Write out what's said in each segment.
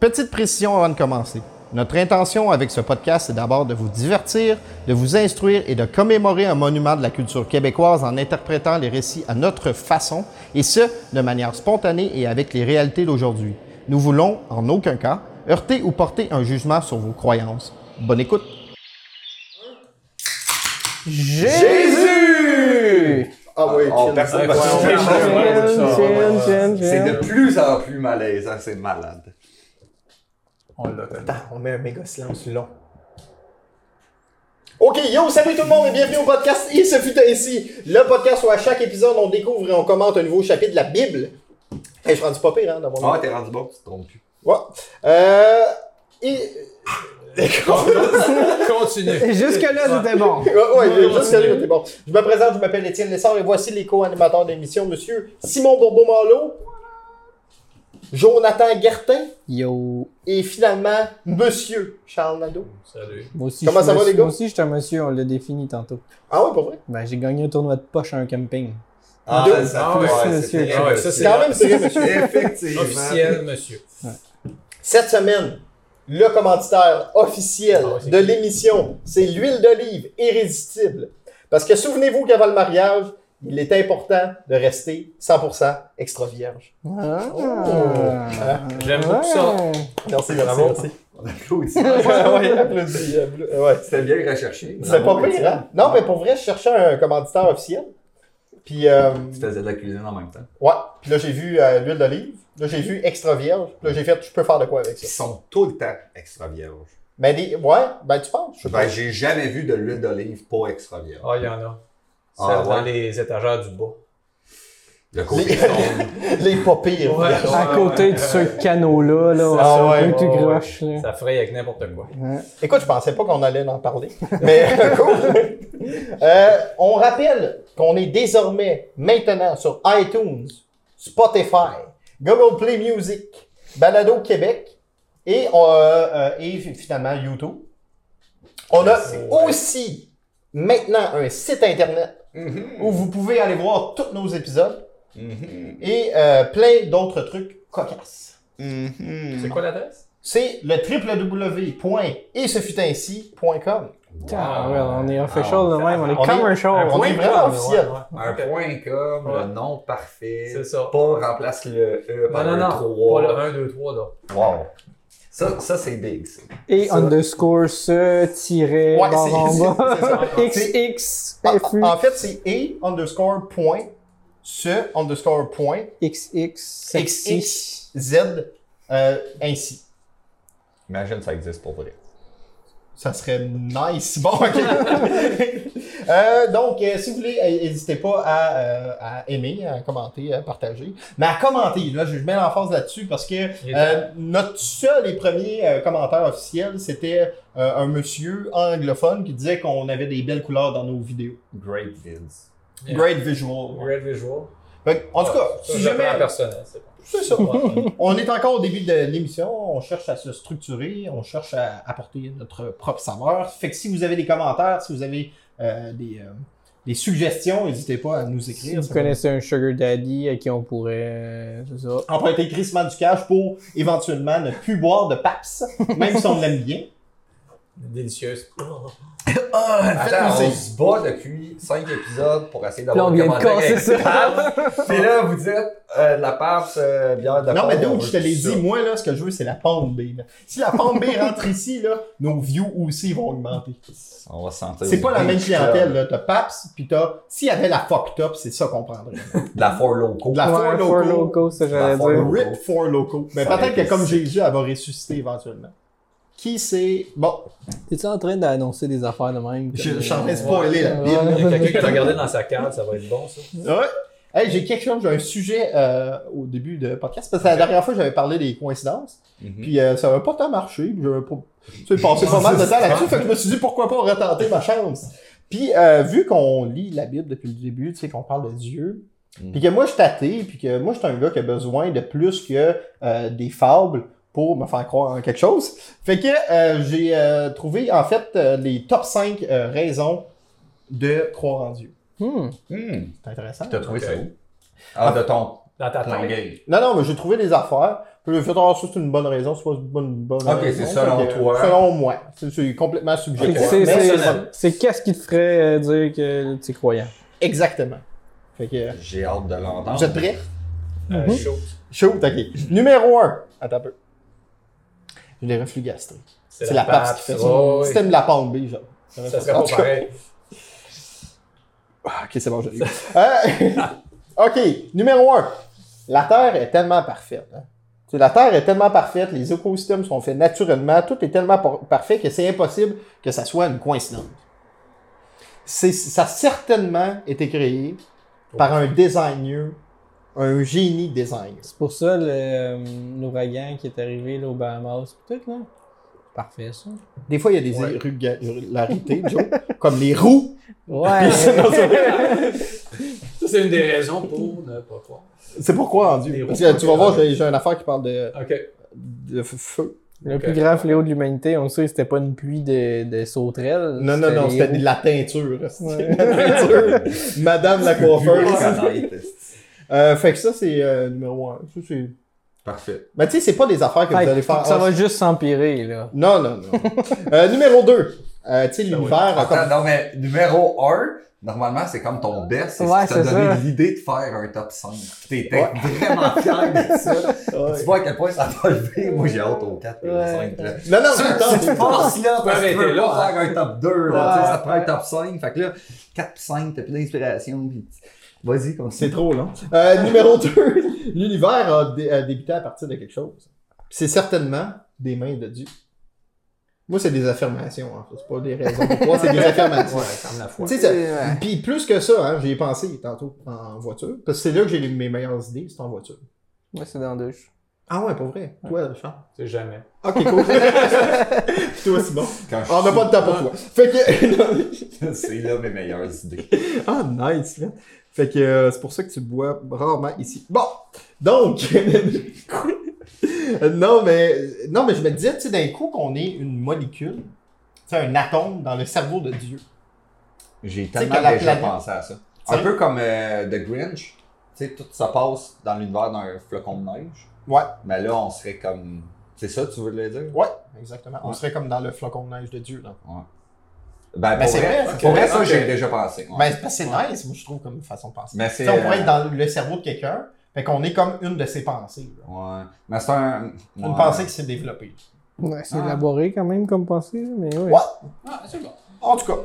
Petite précision avant de commencer. Notre intention avec ce podcast est d'abord de vous divertir, de vous instruire et de commémorer un monument de la culture québécoise en interprétant les récits à notre façon, et ce, de manière spontanée et avec les réalités d'aujourd'hui. Nous voulons, en aucun cas, heurter ou porter un jugement sur vos croyances. Bonne écoute! Jésus! Ah oui, Oh, Ken. personne va Ouais, se ouais, faire ouais, mal. ouais, C'est- ouais. C'est de plus en plus malaisant, c'est malade. On l'a connu. Attends, on met un méga silence long. Ok, yo, salut tout le monde et bienvenue au podcast Il se fut ainsi, le podcast où à chaque épisode on découvre et on commente un nouveau chapitre de la Bible. Et je suis rendu pas pire, hein, dans mon Ah, t'es rendu bon, tu te trompes plus. Ouais. Euh. Et... Continue. Et Jusque-là, c'était bon. Ouais, ouais, j'ai juste sérieux, t'es bon. Je me présente, je m'appelle Étienne Lessard et voici les co-animateurs de l'émission, monsieur Simon Bourbeau-Malo, Jonathan Guertin Yo. et finalement monsieur Charles Nadeau. Salut. Moi aussi, Comment je suis ça va, monsieur- les gars? Moi aussi, je suis un monsieur, on l'a défini tantôt. Ah ouais, pour vrai? Ben, j'ai gagné un tournoi de poche à un camping. Ah, Deux. ça Ah, ouais, fait- ouais, monsieur. c'était- Ah, ouais, ça, C'est c'est quand même sérieux, monsieur. Effectivement. Officiel, monsieur. Cette semaine, le commanditaire officiel Ah ouais, c'est de l'émission, c'est l'huile d'olive irrésistible. Parce que souvenez-vous qu'avant le mariage, il est important de rester 100% extra vierge. Ah. J'aime beaucoup ça. Ouais. Merci, merci, Bravo. merci. On applaudit. ouais, applaudis, applaudis, ouais. C'était bien recherché. C'est Bravo, pas pire, Étienne. hein? Non, mais pour vrai, je cherchais un commanditaire officiel. Puis, euh, Tu faisais de la cuisine en même temps. ouais. Puis là, j'ai vu euh, l'huile d'olive. Là, j'ai vu extra vierge. Puis Là, j'ai fait, je peux faire de quoi avec Ils ça? sont tout le temps extra vierges. Ben, des... ouais, ben, tu penses? Je sais pas. Ben, j'ai jamais vu de l'huile d'olive pas extra vierge. Ah, il y en a. C'est Ah, dans ouais. les étagères du bas. Le côté Les- sombre. Les pas pires. Ouais. À côté de ce canot-là, là, on Ah s'en ouais, veut tout ouais, croche, là. Ça fraye avec n'importe quoi. Ouais. Écoute, je pensais pas qu'on allait en parler. Mais cool. Euh, on rappelle qu'on est désormais maintenant sur iTunes, Spotify, Google Play Music, Balado Québec et, euh, euh, et finalement YouTube. On a aussi maintenant un site internet où vous pouvez aller voir tous nos épisodes Mhm. et euh, plein d'autres trucs cocasses. Hmm. Mhm. C'est quoi l'adresse? C'est le www.etcefutainsi.com. Ah, ouais, on est official Ah, de même, on on est est- commercial. on est vraiment officiel. Un Ok. point comme, Ouais. le nom parfait. C'est ça. Pas remplace le E Non, par non, le non. 3. Pas le 1, 2, 3, là. Wow. Ça, ça c'est big. ça. Et Ça- underscore ce tiret Ouais, barre c'est- en bas. c'est- c'est ça. XX En, FU en fait, c'est et underscore point, ce underscore point, XX sexy. XX Z euh, ainsi. Imagine ça existe pour vrai. Ça serait nice. Bon, ok. Euh, donc, euh, si vous voulez, euh, n'hésitez pas à, euh, à aimer, à commenter, à partager. Mais à commenter, là, je mets l'emphase là-dessus parce que Il est euh, notre seul et premier euh, commentaire officiel, c'était euh, un monsieur anglophone qui disait qu'on avait des belles couleurs dans nos vidéos. Great vids. Yeah. Great visual. Great visual. Fait que, en tout cas, Ah, Ça, si je prends en jamais. personnel, c'est bon. C'est ça. on est encore au début de l'émission, on cherche à se structurer, on cherche à apporter notre propre saveur. Fait que si vous avez des commentaires, si vous avez euh, des, euh, des suggestions, n'hésitez pas à nous Si écrire. vous Ça connaissez un sugar daddy à qui on pourrait... euh, C'est ça. va Emprunter crissement du cash pour éventuellement ne plus boire de paps, même si on l'aime bien. Délicieuse. Attends, Faites-nous on se bat depuis 5 épisodes pour essayer Puis d'avoir on une vient de commandeur casser avec ça. Pabs. Puis là, vous dites euh, de la pape, euh, bière de la Non, mais pape, on donc, veut je te l'ai tout ça. dit, moi, là, ce que je veux, c'est la pomme B. là. Si la pomme B rentre ici, là, nos views aussi vont augmenter. On va se sentir. C'est pas la même big clientèle, club. là. T'as Paps, pis t'as. S'il y avait la fuck top, c'est ça qu'on prendrait. De la Four Loco. De la Four Ouais, Loko. Four Loko, ça La j'allais Four dire. Loko. Rip for Loco. Mais Ça peut-être aurait que été comme sick. Jésus, elle va ressusciter éventuellement. Qui c'est. Bon, T'es-tu en train d'annoncer des affaires de même? je je suis en Comme, train de euh, spoiler la Ouais. Bible. Il y a quelqu'un qui t'a regardé dans sa carte, ça va être bon, ça. Ouais. Hey, j'ai quelque chose, j'ai un sujet euh, au début de podcast. Parce que la dernière fois, j'avais parlé des coïncidences. Mhm. Puis euh, ça avait pas tant marché. Puis j'avais pas. Tu sais, passé pas mal de temps là-dessus. Fait que je me suis dit, pourquoi pas retenter ma chance. Puis euh, vu qu'on lit la Bible depuis le début, tu sais, qu'on parle de Dieu. Mm. Puis que moi, je suis athée. Puis que moi, je suis un gars qui a besoin de plus que euh, des fables pour me faire croire en quelque chose. Fait que euh, j'ai euh, trouvé, en fait, euh, les top 5 euh, raisons de croire en Dieu. Hmm. Hmm. C'est intéressant. T'as trouvé Ok. ça où? Ah, de ton Dans ta plan tête. gay. Non, non, mais j'ai trouvé des affaires. Puis Le fait d'avoir ça, c'est une bonne raison, c'est pas une bonne, bonne Ok, raison. c'est selon Fait que, toi. Selon moi. C'est- C'est complètement Fait que subjectif. c'est- Mais c'est- c'est ça. C'est qu'est-ce qui te ferait euh, dire que tu es croyant? Exactement. Fait que, euh, J'ai hâte de l'entendre. vous êtes prêts? Euh, Mhm. Chaud. Shoot, ok. Numéro 1. Attends un peu. J'ai des reflux gastriques. C'est la pâte PAPS qui fait ça. Ouais, ouais. C'était de la pomme B, genre. Ça serait En pas tout cas, pareil. Ah, ok, c'est bon, je l'ai eu. Euh, ok, numéro 1. La Terre est tellement parfaite. hein. Tu sais, La Terre est tellement parfaite, les écosystèmes sont faits naturellement, tout est tellement par- parfait que c'est impossible que ça soit une coïncidence. C'est- Ça a certainement été créé par un designer, un génie designer. C'est pour ça le, euh, l'ouragan qui est arrivé là, aux Bahamas pis tout, là. Parfait, ça. Des fois, il y a des Ouais. irrégularités, Joe, comme les roues. Ouais! Ça, c'est une des raisons pour ne pas croire. C'est pourquoi, en Les Dieu. roues. Parce que tu vas voir, j'ai j'ai une affaire qui parle de, Ok. de f- feu. le Ok. plus grand fléau de l'humanité, on le sait, c'était pas une pluie de, de sauterelles. Non, non, non, les c'était de roues. la teinture. Ouais. C'était de la teinture. Madame la coiffeuse. Euh, fait que ça, c'est euh, numéro un. Ça, c'est- Parfait. Mais tu sais, c'est pas des affaires que Fait vous allez que faire. Ça Ah, va juste s'empirer, là. Non, non, non. Euh, numéro 2. tu sais, l'univers. encore- Attends, non, mais numéro 1, normalement, c'est comme ton best. C'est Ouais, ce qui t'a c'est donné ça. l'idée de faire un top 5. T'étais vraiment fier de ça. Ouais. Tu vois à quel point ça t'a levé. Moi, j'ai hâte au 4 et au Ouais. 5. Là. Non, non, Ça, c'est temps, tu c'est penses là, parce que tu Ouais, mais peux t'es là, hein. pas faire un top 2, là, tu sais, ça te prend un ouais. top 5. Fait que là, 4 puis 5, t'as plus d'inspiration. puis Vas-y, comme C'est trop long. Euh, numéro 2. L'univers a, dé- a débuté à partir de quelque chose. Puis C'est certainement des mains de Dieu. Moi, c'est des affirmations. Hein. C'est pas des raisons. Pourquoi c'est des affirmations? Ouais, comme la foi. Tu sais, ça- Puis plus que ça, hein, j'y ai pensé tantôt en voiture. Parce que c'est là que j'ai les- mes meilleures idées, c'est en voiture. Moi, c'est dans la douche. Ah ouais, pas vrai. Toi, Richard. C'est jamais. Ok, cool. Puis toi, c'est bon. Quand je Ah, On n'a pas de temps pour toi. Fait que. C'est là mes meilleures idées. ah, nice, man. Fait que euh, c'est pour ça que tu bois rarement ici. Bon, donc. non, mais. Non, mais je me disais, tu sais, d'un coup, qu'on est une molécule, tu sais, un atome dans le cerveau de Dieu. J'ai sais, tellement quand la déjà planète- pensé à ça. Un sais- peu comme euh, The Grinch. Tu sais, tout ça passe dans l'univers d'un flocon de neige. Ouais, Mais là, on serait comme. C'est ça, tu veux le dire? ouais, exactement. On Ouais. serait comme dans le flocon de neige de Dieu, là. Ben, Mais pour c'est vrai, vrai, c'est pour vrai, vrai, ça, ok. j'ai déjà pensé. ouais. Ben, c'est parce que c'est nice, moi, je trouve, comme façon de penser. Mais Tu c'est. sais, on pourrait euh, être dans le cerveau de quelqu'un, fait qu'on est comme une de ses pensées. là. Ouais. Mais c'est un. Une pensée qui s'est développée. Ouais, c'est Ah. élaboré quand même comme pensée, là, mais ouais. Ouais. Ah, c'est bon. En tout cas,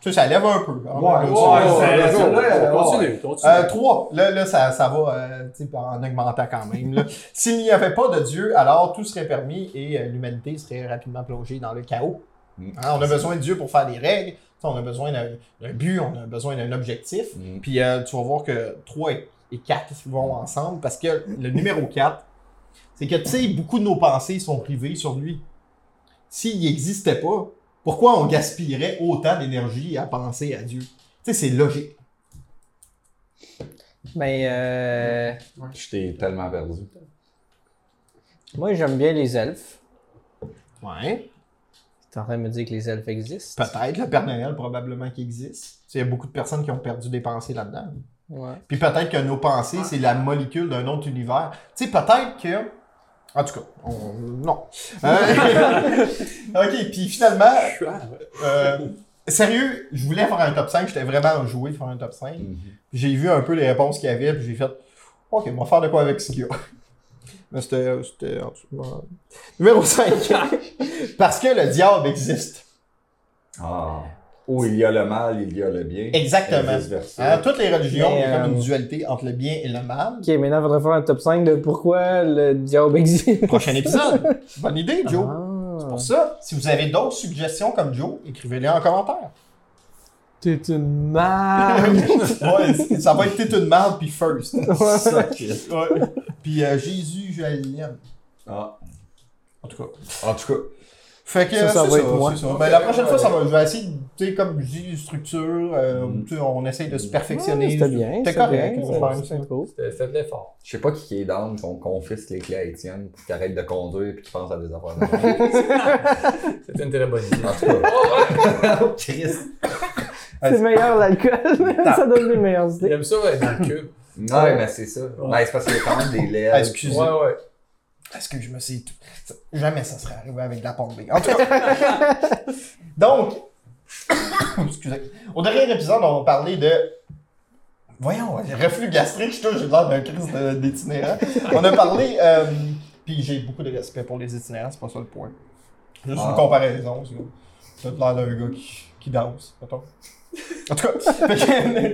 tu sais, ça lève un peu. hein, Ouais, même, ouais, là, tu sais. ouais. let's go. ouais, Ah, Continue, continue. Ah, Euh, trois, là, là ça, ça va euh, tu sais, en augmentant quand même. là. S'il n'y avait pas de Dieu, alors tout serait permis et euh, l'humanité serait rapidement plongée dans le chaos. Mm. Hein, on a besoin de Dieu pour faire des règles, tu sais, on a besoin d'un d'un but, on a besoin d'un objectif. Mm. Puis euh, tu vas voir que 3 et 4 vont ensemble parce que le numéro 4, c'est que tu sais, beaucoup de nos pensées sont privées sur lui. S'il n'existait pas, pourquoi on gaspillerait autant d'énergie à penser à Dieu? Tu sais, c'est logique. Mais euh, Je t'ai tellement perdu. moi, j'aime bien les elfes. Ouais. T'es en train de me dire que les elfes existent? Peut-être, le Père Noël probablement qui existe. Tu sais, Il y a beaucoup de personnes qui ont perdu des pensées là-dedans. Ouais. Puis peut-être que nos pensées, c'est la molécule d'un autre univers. Tu sais, peut-être que. En tout cas, on- non. Euh, ok, puis finalement, Ah, euh, sérieux, je voulais faire un top 5. J'étais vraiment joué de faire un top 5. Mhm. J'ai vu un peu les réponses qu'il y avait, puis j'ai fait OK, on va faire de quoi avec ce qu'il y a. Mais c'était. c'était en dessous. Bon. Numéro 5. Parce que le diable existe. Ah. Où il y a le mal, il y a le bien. Exactement. Et vice-versa. Hein, toutes les religions, il y a comme Mais, une euh, dualité entre le bien et le mal. Ok, maintenant, il faudrait faire un top 5 de pourquoi le diable existe. Prochain épisode. Bonne idée, Joe. Ah. Pour ça, si vous avez d'autres suggestions comme Joe, écrivez-les en commentaire. T'es une merde! Ouais, c- ça va être T'es une merde puis first. Ça, Chris. Ouais. Puis euh, Jésus, je l'aime. Ah. En tout cas. En tout cas, Fait que Ça, ça c'est va être moi. c'est ça. Ben, la prochaine fois, ça va, je vais essayer, de- tu sais, comme je dis, structure, euh, Mm. tu sais, on essaye de se Ouais, perfectionner. C'était bien, C'était c'était correct. bien, on va faire c'est- ça. c'est cool. C'était c'était de l'effort. je sais pas qui est down qu'on confisque les clés à Étienne pour qu'il arrête de conduire puis qu'il pense à des affaires. de genre. C'était une très bonne idée. en tout cas. Chris. C'est meilleur l'alcool, ça donne des meilleures idées. J'aime ça être dans le cube. Ouais, mais c'est ça. Ben, c'est parce qu'il y a quand même des Ah, lèvres. excusez. Ouais, ouais. Parce que je me suis. Jamais ça serait arrivé avec de la pompe. En tout cas. Donc, excusez. Au dernier épisode, on parlait de. Voyons, le reflux gastrique, je touche, j'ai l'air d'un crise de- d'itinérant. On a parlé. euh, Puis j'ai beaucoup de respect pour les itinérants, c'est pas ça le point. Juste Ah. une comparaison, sinon. T'as l'air d'un gars qui, qui danse, mettons. En tout cas, fait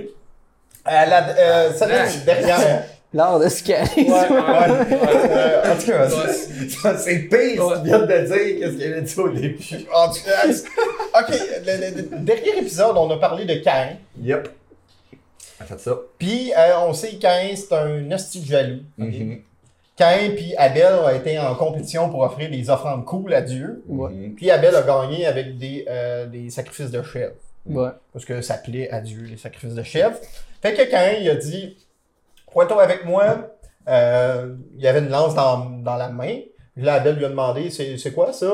que- à la euh, semaine dernière. L'art de scanner. Ouais, Euh, en tout cas, Ça, c'est pire ce qu'il vient de dire qu'est-ce qu'il avait dit au début. En tout cas, ok, le, le- le dernier épisode, on a parlé de Cain. Yep. Elle a fait ça. Puis, euh, on sait que Cain, c'est un hostie de jaloux. ok? Mhm. Caïn puis Abel ont été en compétition pour offrir des offrandes cool à Dieu. Ouais. Mhm. Puis, Abel a gagné avec des, euh, des sacrifices de chèvres. Ouais. Parce que ça plaît à Dieu, les sacrifices de chèvres. Fait que Caïn, il a dit Prends-toi avec moi. Euh, il avait une lance dans, dans la main. Puis Là, Abel lui a demandé C'est c'est quoi ça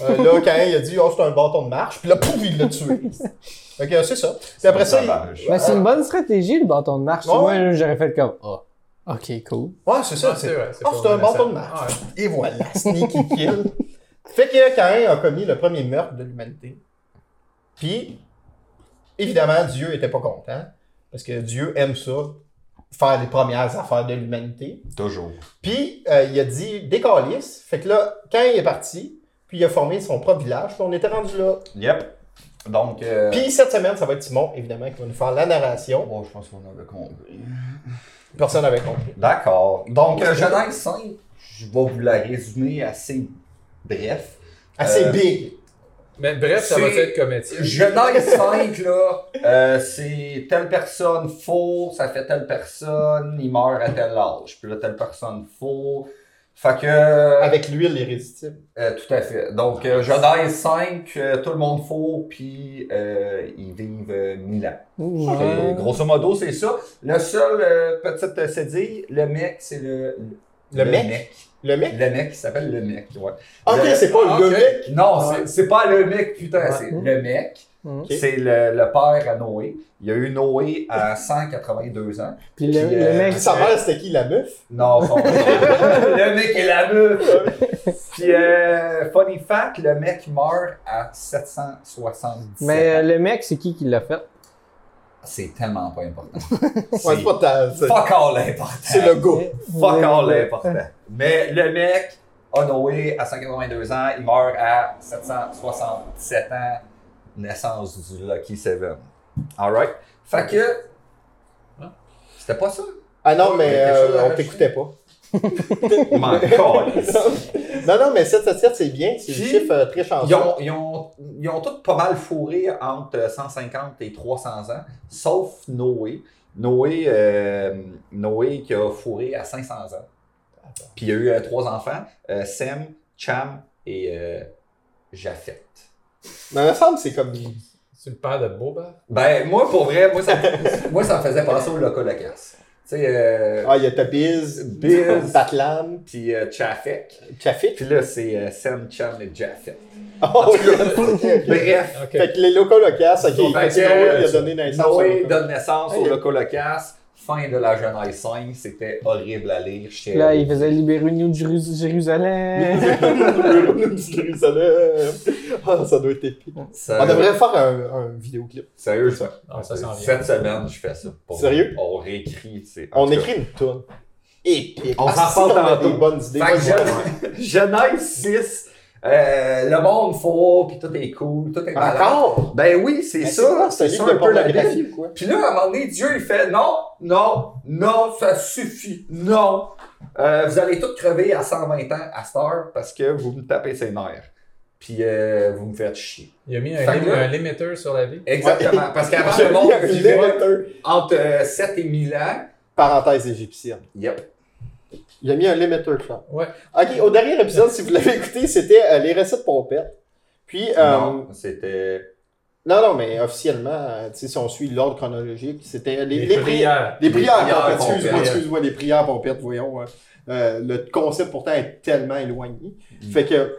Euh, Là, Caïn, il a dit Oh, c'est un bâton de marche. Puis là, pouf, il l'a tué. Fait que c'est ça. Puis après ça, il- Sauvage. Ben, c'est une bonne stratégie, le bâton de marche. Ouais, Moi, ouais. là, j'aurais fait comme, ah, ok, cool. Ouais, c'est ça. Ah, c'est- c'est vrai, c'est Ah, pas c'est un menaçant. bâton de marche. Ah, ouais. Et voilà, sneaky kill. Fait que Caïn a commis le premier meurtre de l'humanité. Puis, évidemment, Dieu était pas content. Parce que Dieu aime ça, faire les premières affaires de l'humanité. Toujours. Puis, euh, il a dit décalisse. Fait que là, Caïn est parti. Puis, il a formé son propre village. Puis, on était rendu là. Yep. Donc. euh, Puis, cette semaine, ça va être Simon, évidemment, qui va nous faire la narration. Oh, je pense qu'on avait compris. Personne n'avait compris. D'accord. Donc, euh, Genèse 5, je vais vous la résumer assez bref. Assez Euh, big. Mais bref, ça va C'est- être comédien. Genèse 5, là, euh, c'est telle personne faux, ça fait telle personne, il meurt à tel âge. Puis là, telle personne faux. Fait que. Avec l'huile irrésistible. Euh, tout à fait. Donc, euh, Genèse 5, euh, tout le monde faux, puis euh, ils vivent euh, mille ans. Ah. Ouais. Et Grosso modo, c'est ça. Le seul euh, petite euh, cédille, le mec, c'est le. Le mec? Le mec. mec. Le mec, il s'appelle le mec. Ouais. Ok, Le- c'est pas Ah, le ok. mec. Non, Ah. c'est- c'est pas le mec, putain, Ah. Ouais. c'est le mec. Mm. Ok. C'est le, le père à Noé. Il y a eu Noé à 182 ans. Puis le, Puis, le euh, mec, Sa mère, c'était qui, la meuf? Non, son- le mec est la meuf. Puis, euh, funny fact, le mec meurt à 777 mais euh, ans. le mec, c'est qui qui l'a fait? C'est tellement pas important. Ouais, c'est pas ta- c'est- Fuck all important. C'est le go. Oh, Fuck all Ouais. important. Mais le mec, a Noé, à 182 ans, il meurt à 767 ans, naissance du Lucky Seven. Alright? Fait que. Hein? C'était pas ça? Ah non, mais Quelque euh, chose à on rajouter? t'écoutait pas. My God. Non, non, mais 777, c'est bien. C'est un Puis, chiffre euh, très changeant. Ils ont, ils, ont, ils ont tous pas mal fourré entre 150 et 300 ans, sauf Noé. Noé, euh, Noé qui a fourré à 500 ans. Puis il y a eu euh, trois enfants, euh, Sem, Cham et euh, Japhet. Mais il me semble que c'est comme. C'est le père de Boba. Ben, moi, pour vrai, moi, ça, moi, ça me faisait penser au Loco Lacasse. Tu sais, euh, Ah, il y a Tabiz, Biz. Batlam, puis euh, Chafek. Chafik. Puis là, c'est euh, Sem, Cham et Japhet. Oh, yes. ok. Bref, Ok. Fait que les locaux locaux, ok. Bon, Fait que fait que, Noé, il a euh, donné naissance. Noé au- donne naissance Hey. au Locolocasse. Fin de la Genèse 5, c'était horrible à lire. J'étais- Puis Là, il faisait libérer New Jéru- Jérusalem. Jérusalem. Ah, ça doit être épique. Ça- On devrait faire un, un vidéoclip. Sérieux, ça. Non, Ah, ça s'en vient. Cette semaine, je fais ça. Pour- Sérieux? On réécrit. c'est- en On tout cas. écrit une tourne. Épique. On s'en Ah, si parle on a tantôt. des bonnes idées. Fait que bonnes idées. Gen- Genèse 6, euh, le monde faux, puis tout est cool, tout est malade. Encore? Ben oui, c'est Mais ça. quoi, C'est ça livre un de peu la pornographie Bible. ou quoi? Puis là, à un moment donné, Dieu, il fait non, non, non, ça suffit, non. Euh, vous allez tous crever à 120 ans à cette heure parce que vous me tapez ses nerfs. Puis euh, vous me faites chier. Il a mis un, Fait lim- que là- un limiteur sur la vie. Exactement. Ouais. Parce qu'avant, J'ai le monde mis un vivait limiter. entre euh, 7 et 1000 ans. Parenthèse égyptienne. Yep. Il a mis un limiter clock. Ouais. Ok, au dernier épisode, si vous l'avez écouté, c'était euh, les recettes pompettes. Puis, euh, non. Non, c'était. non, mais officiellement, euh, tu sais, si on suit l'ordre chronologique, c'était les, Les, les pri- prières. Les prières, Les prières pompettes, excuse-moi, pompettes. excuse-moi, les prières pompettes, voyons. euh, euh, le concept pourtant est tellement éloigné. Mm. Fait que,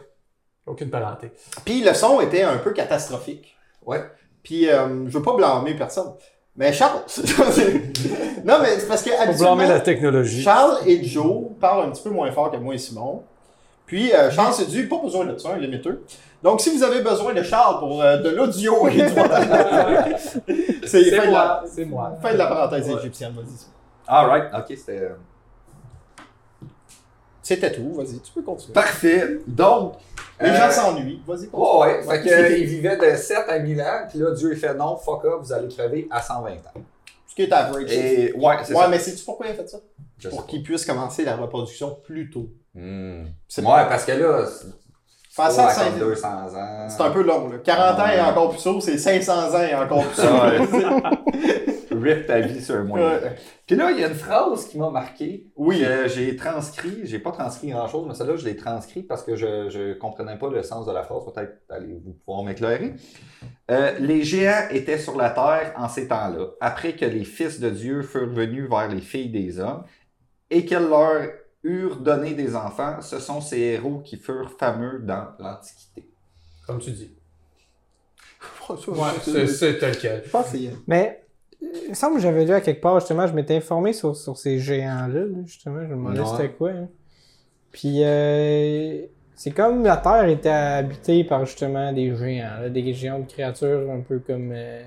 Aucune parenté. puis le son était un peu catastrophique. Ouais. Puis, euh, je veux pas blâmer personne. Mais Charles, non, mais c'est parce que Pour blâmer habituellement, la technologie. Charles et Joe parlent un petit peu moins fort que moi et Simon. Puis, euh, Charles Sédu, pas besoin de ça, un limiteur. Donc, si vous avez besoin de Charles pour euh, de l'audio et du montage, c'est fin, C'est de la- moi. C'est moi. fin de la parenthèse Ouais. égyptienne, vas-y. Alright, ok, c'était. euh, C'était tout, vas-y, tu peux continuer. Parfait. Donc. Les euh, gens s'ennuient, vas-y. continue. Ouais, ouais. Fait que, il vivait de 7 à 1000 ans, puis là, Dieu il fait non, fuck up, vous allez crever à 120 ans. Ce qui est average. Et, ouais, c'est ouais, ça. mais sais-tu pourquoi il a fait ça? Je sais Pour pas. qu'il puisse commencer la reproduction plus tôt. Hmm. C'est Ouais, parce que là, c'est Pensez à ça. 200 ans. C'est un peu long, là. 40 ans et encore plus tôt, c'est 500 ans et encore plus tôt. Rip ta vie sur moi. Ouais. Puis là, il y a une phrase qui m'a marqué. Oui. que j'ai transcrit. J'ai pas transcrit grand-chose, mais celle-là, je l'ai transcrit parce que je, je comprenais pas le sens de la phrase. Peut-être allez-vous pouvoir m'éclairer. Euh, les géants étaient sur la terre en ces temps-là, après que les fils de Dieu furent venus vers les filles des hommes et qu'elles leur eurent donné des enfants. Ce sont ces héros qui furent fameux dans l'Antiquité. Comme tu dis. Ouais, c'est- Je c'est tel quel. pense que c'est. Mais euh, il me semble que j'avais lu à quelque part, justement, je m'étais informé sur, sur ces géants-là, là, justement, je me demandais Ouais. c'était quoi. hein. Puis euh, c'est comme la Terre était habitée par justement des géants, là, des géants de créatures un peu comme euh,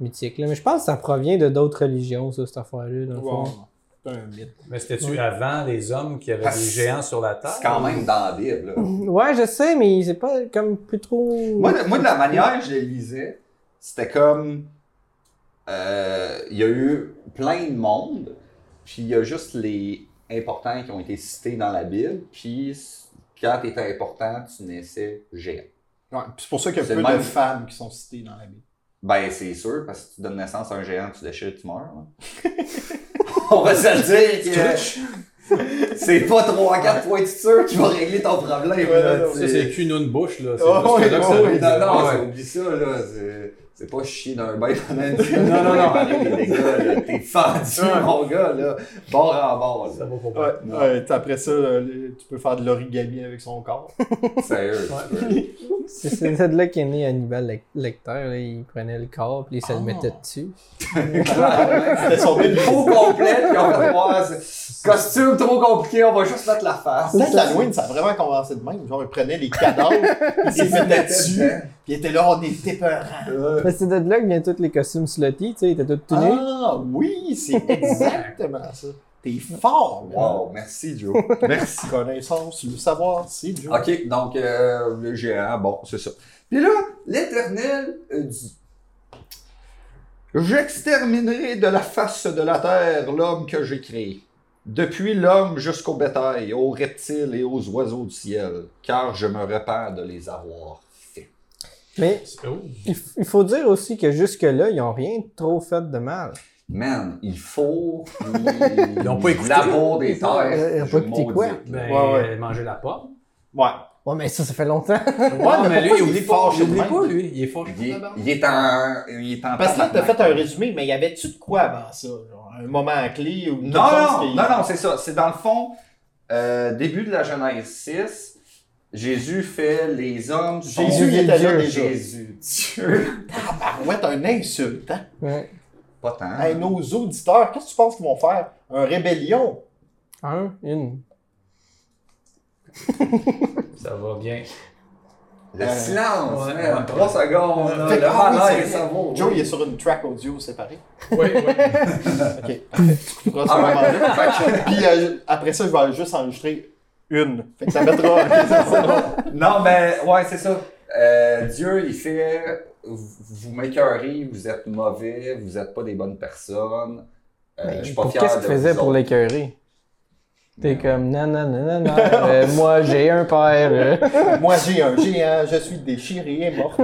mythiques. là. Mais je pense que ça provient de d'autres religions, ça, cette affaire-là, dans le Wow. fond. C'est un mythe. Mais c'était-tu avant les hommes qui avaient Parce- des géants sur la terre? C'est quand même dans la Bible. là. Ouais, je sais, mais c'est pas comme plus trop. Moi, de, moi, de la manière que je le lisais, c'était comme. euh, Il y a eu plein de monde, puis il y a juste les importants qui ont été cités dans la Bible, puis s- quand tu étais important, tu naissais géant. Ouais, puis c'est pour ça qu'il y a C'est peu le même- de femmes qui sont citées dans la Bible. Ben, c'est sûr, parce que si tu donnes naissance à un géant, tu déchires, tu meurs. hein. On va se le dire que. C'est pas 3 à 4 points de sûr qui va régler ton problème. Ouais, là, non, non, tu sais. Ça, c'est cul une bouche, là. C'est Oh, juste oui, là que oh, ça oui, Non, veut dire. non, Ouais. c'est- oublie ça, là. C'est, c'est pas chier d'un bain dans Non, non, non. les gars, là, t'es fendu, Ouais. mon gars, là. Bord en bord, Ça là. va pour Ouais, moi. Non. ouais, puis après ça, là, le- tu peux faire de l'origami avec son corps. Sérieux. tu veux. C'est c'est de là qu'est né Hannibal Lec- Lecter. là. Il prenait le corps puis ça le Ah. mettait dessus. C'était son Le bébé. Trop complet, puis on fait voir. c'est- Costume trop compliqué, on va juste mettre la face. Peut-être l'Halloween, ça a vraiment commencé de même. Genre, ils prenaient les cadavres, ils s'y mettaient dessus, puis ils étaient là, on est épeurants. Euh, Mais c'est de là que viennent tous les costumes slotty, tu sais, ils étaient tous tenus. Ah oui, c'est exactement ça. T'es fort, wow. Wow, merci, Joe. Merci. Connaissance, le savoir, c'est dur. OK, donc euh, le géant, bon, c'est ça. Puis là, l'Éternel euh, dit J'exterminerai de la face de la terre l'homme que j'ai créé, depuis l'homme jusqu'au bétail, aux reptiles et aux oiseaux du ciel, car je me repens de les avoir faits. Mais C'est- oh. il, f- il faut dire aussi que jusque-là, ils n'ont rien de trop fait de mal. Man, il faut. Ils ont pas écouté. L'amour des terres. Euh, ils ont pas je écouté quoi? maudite, là. Ben, Ouais, ouais. manger la pomme. Ouais. Ouais, mais ça, ça fait longtemps. Ouais, mais mais lui, pourquoi il il oublie est pas. fort Il oublie chez pas, lui? lui. Il est fort chez Il, lui. est- il est en. Il est en Parce que là, t'as fait un tabarnak. résumé, mais y avait-tu de quoi avant ça? genre, un moment clé ou quelque Non, chose non, qui- non, non, c'est ça. C'est dans le fond, euh, début de la Genèse 6, Jésus fait les hommes. sont- Jésus, il était là Dieu, déjà. Jésus, Dieu. Tabarouette, un insulte, hein? Ouais. Pas tant. Hey, nos auditeurs, qu'est-ce que tu penses qu'ils vont faire? Un rébellion? Un, une. Ça va bien. Le Ouais. silence, Ouais. man, Trois secondes. là, Fait que- le ah oui, malaise, c'est ça vrai. vaut. Joe, il est sur une track audio séparée. Oui, oui. OK. Tu couperas ce Ah ouais. moment-là. Puis euh, après ça, je vais juste enregistrer une. Fait que ça mettra... Non, mais ouais, c'est ça. Euh, Dieu, il fait vous, vous m'écœurez, vous êtes mauvais, vous n'êtes pas des bonnes personnes. Euh, je suis pas Ben, Pour fier Qu'est-ce de qu'il faisait vous pour autres. l'écœurer? T'es comme, non, non, non, non, non, euh, moi, j'ai un père. euh. Moi, j'ai un géant, je suis déchiré et mort.